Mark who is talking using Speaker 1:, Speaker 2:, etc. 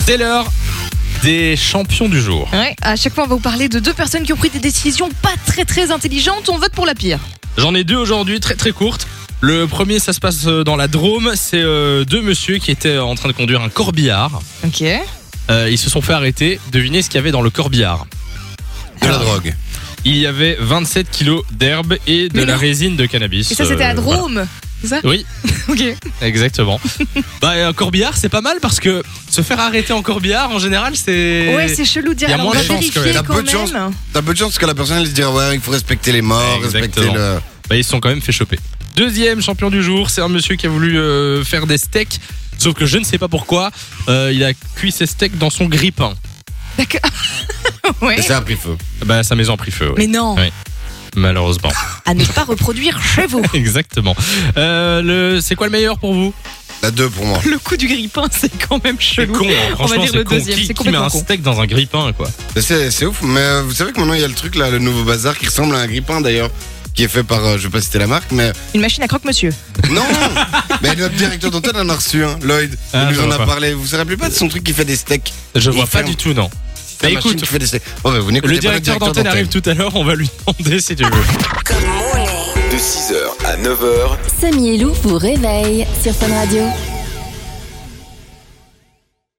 Speaker 1: C'est l'heure des champions du jour.
Speaker 2: Ouais, à chaque fois, on va vous parler de deux personnes qui ont pris des décisions pas très très intelligentes. On vote pour la pire.
Speaker 1: J'en ai deux aujourd'hui, très très courtes. Le premier, ça se passe euh, dans la Drôme. C'est euh, deux monsieur qui étaient en train de conduire un corbillard.
Speaker 2: Ok.
Speaker 1: Euh, ils se sont fait arrêter. Devinez ce qu'il y avait dans le corbillard.
Speaker 3: De
Speaker 2: Ah.
Speaker 3: la drogue.
Speaker 1: Il y avait 27 kilos d'herbe et de
Speaker 2: Mais
Speaker 1: la
Speaker 2: non.
Speaker 1: résine de cannabis.
Speaker 2: Et ça, c'était à
Speaker 1: Euh, voilà.
Speaker 2: Drôme. c'est Ça
Speaker 1: Oui,
Speaker 2: ok.
Speaker 1: exactement. bah, euh, corbillard, c'est pas mal parce que se faire arrêter en corbillard, en général, c'est.
Speaker 2: Ouais, c'est chelou de dire.
Speaker 1: y a
Speaker 2: alors,
Speaker 1: moins
Speaker 2: on va
Speaker 1: de chance, quand
Speaker 2: vérifier
Speaker 1: même.
Speaker 3: T'as
Speaker 2: quand
Speaker 3: peu de chance.
Speaker 2: même.
Speaker 3: T'as peu de chance que la personne elle se dise ouais, il faut respecter les morts,
Speaker 1: Ouais,
Speaker 3: respecter
Speaker 1: exactement.
Speaker 3: le.
Speaker 1: Bah, ils se sont quand même fait choper. Deuxième champion du jour, c'est un monsieur qui a voulu euh, faire des steaks. Sauf que je ne sais pas pourquoi, euh, il a cuit ses steaks dans son grille-pain.
Speaker 2: D'accord. ouais.
Speaker 3: Et ça a pris feu.
Speaker 1: Bah, sa maison a pris feu, oui.
Speaker 2: Mais non,
Speaker 1: Ouais. Malheureusement.
Speaker 2: à ne pas reproduire chez vous.
Speaker 1: Exactement. Euh, le... C'est quoi le meilleur pour vous
Speaker 3: La deux pour moi.
Speaker 2: Le coup du grippin, c'est quand même
Speaker 1: C'est
Speaker 2: chelou.
Speaker 1: con, hein. franchement,
Speaker 2: dire
Speaker 1: c'est
Speaker 2: le
Speaker 1: con.
Speaker 2: deuxième,
Speaker 1: Qui,
Speaker 2: c'est
Speaker 1: qui met
Speaker 2: complètement
Speaker 1: un
Speaker 2: con.
Speaker 1: steak dans un grille-pain, quoi
Speaker 3: Mais C'est c'est ouf. Mais euh, vous savez que maintenant il y a le truc là, le nouveau bazar qui ressemble à un grippin d'ailleurs, qui est fait par, euh, je vais pas citer la marque, mais
Speaker 2: Une machine à croque-monsieur.
Speaker 3: non. mais notre directeur d'antenne en a reçu un, Lloyd.
Speaker 1: Ah,
Speaker 3: il
Speaker 1: je
Speaker 3: nous en
Speaker 1: vois
Speaker 3: a
Speaker 1: pas.
Speaker 3: parlé. Vous vous rappelez pas de son truc qui fait des steaks
Speaker 1: Je
Speaker 3: Il
Speaker 1: vois pas
Speaker 3: ferme.
Speaker 1: du tout, non.
Speaker 3: La
Speaker 1: Bah,
Speaker 3: machine
Speaker 1: écoute,
Speaker 3: qui fait des steaks. Oh, mais vous n'écoutez
Speaker 1: le
Speaker 3: pas notre
Speaker 1: directeur d'antenne arrive tout à l'heure, on va lui demander si tu veux.
Speaker 4: De 6h à 9h,
Speaker 5: Samy et Lou vous réveille sur Fun Radio.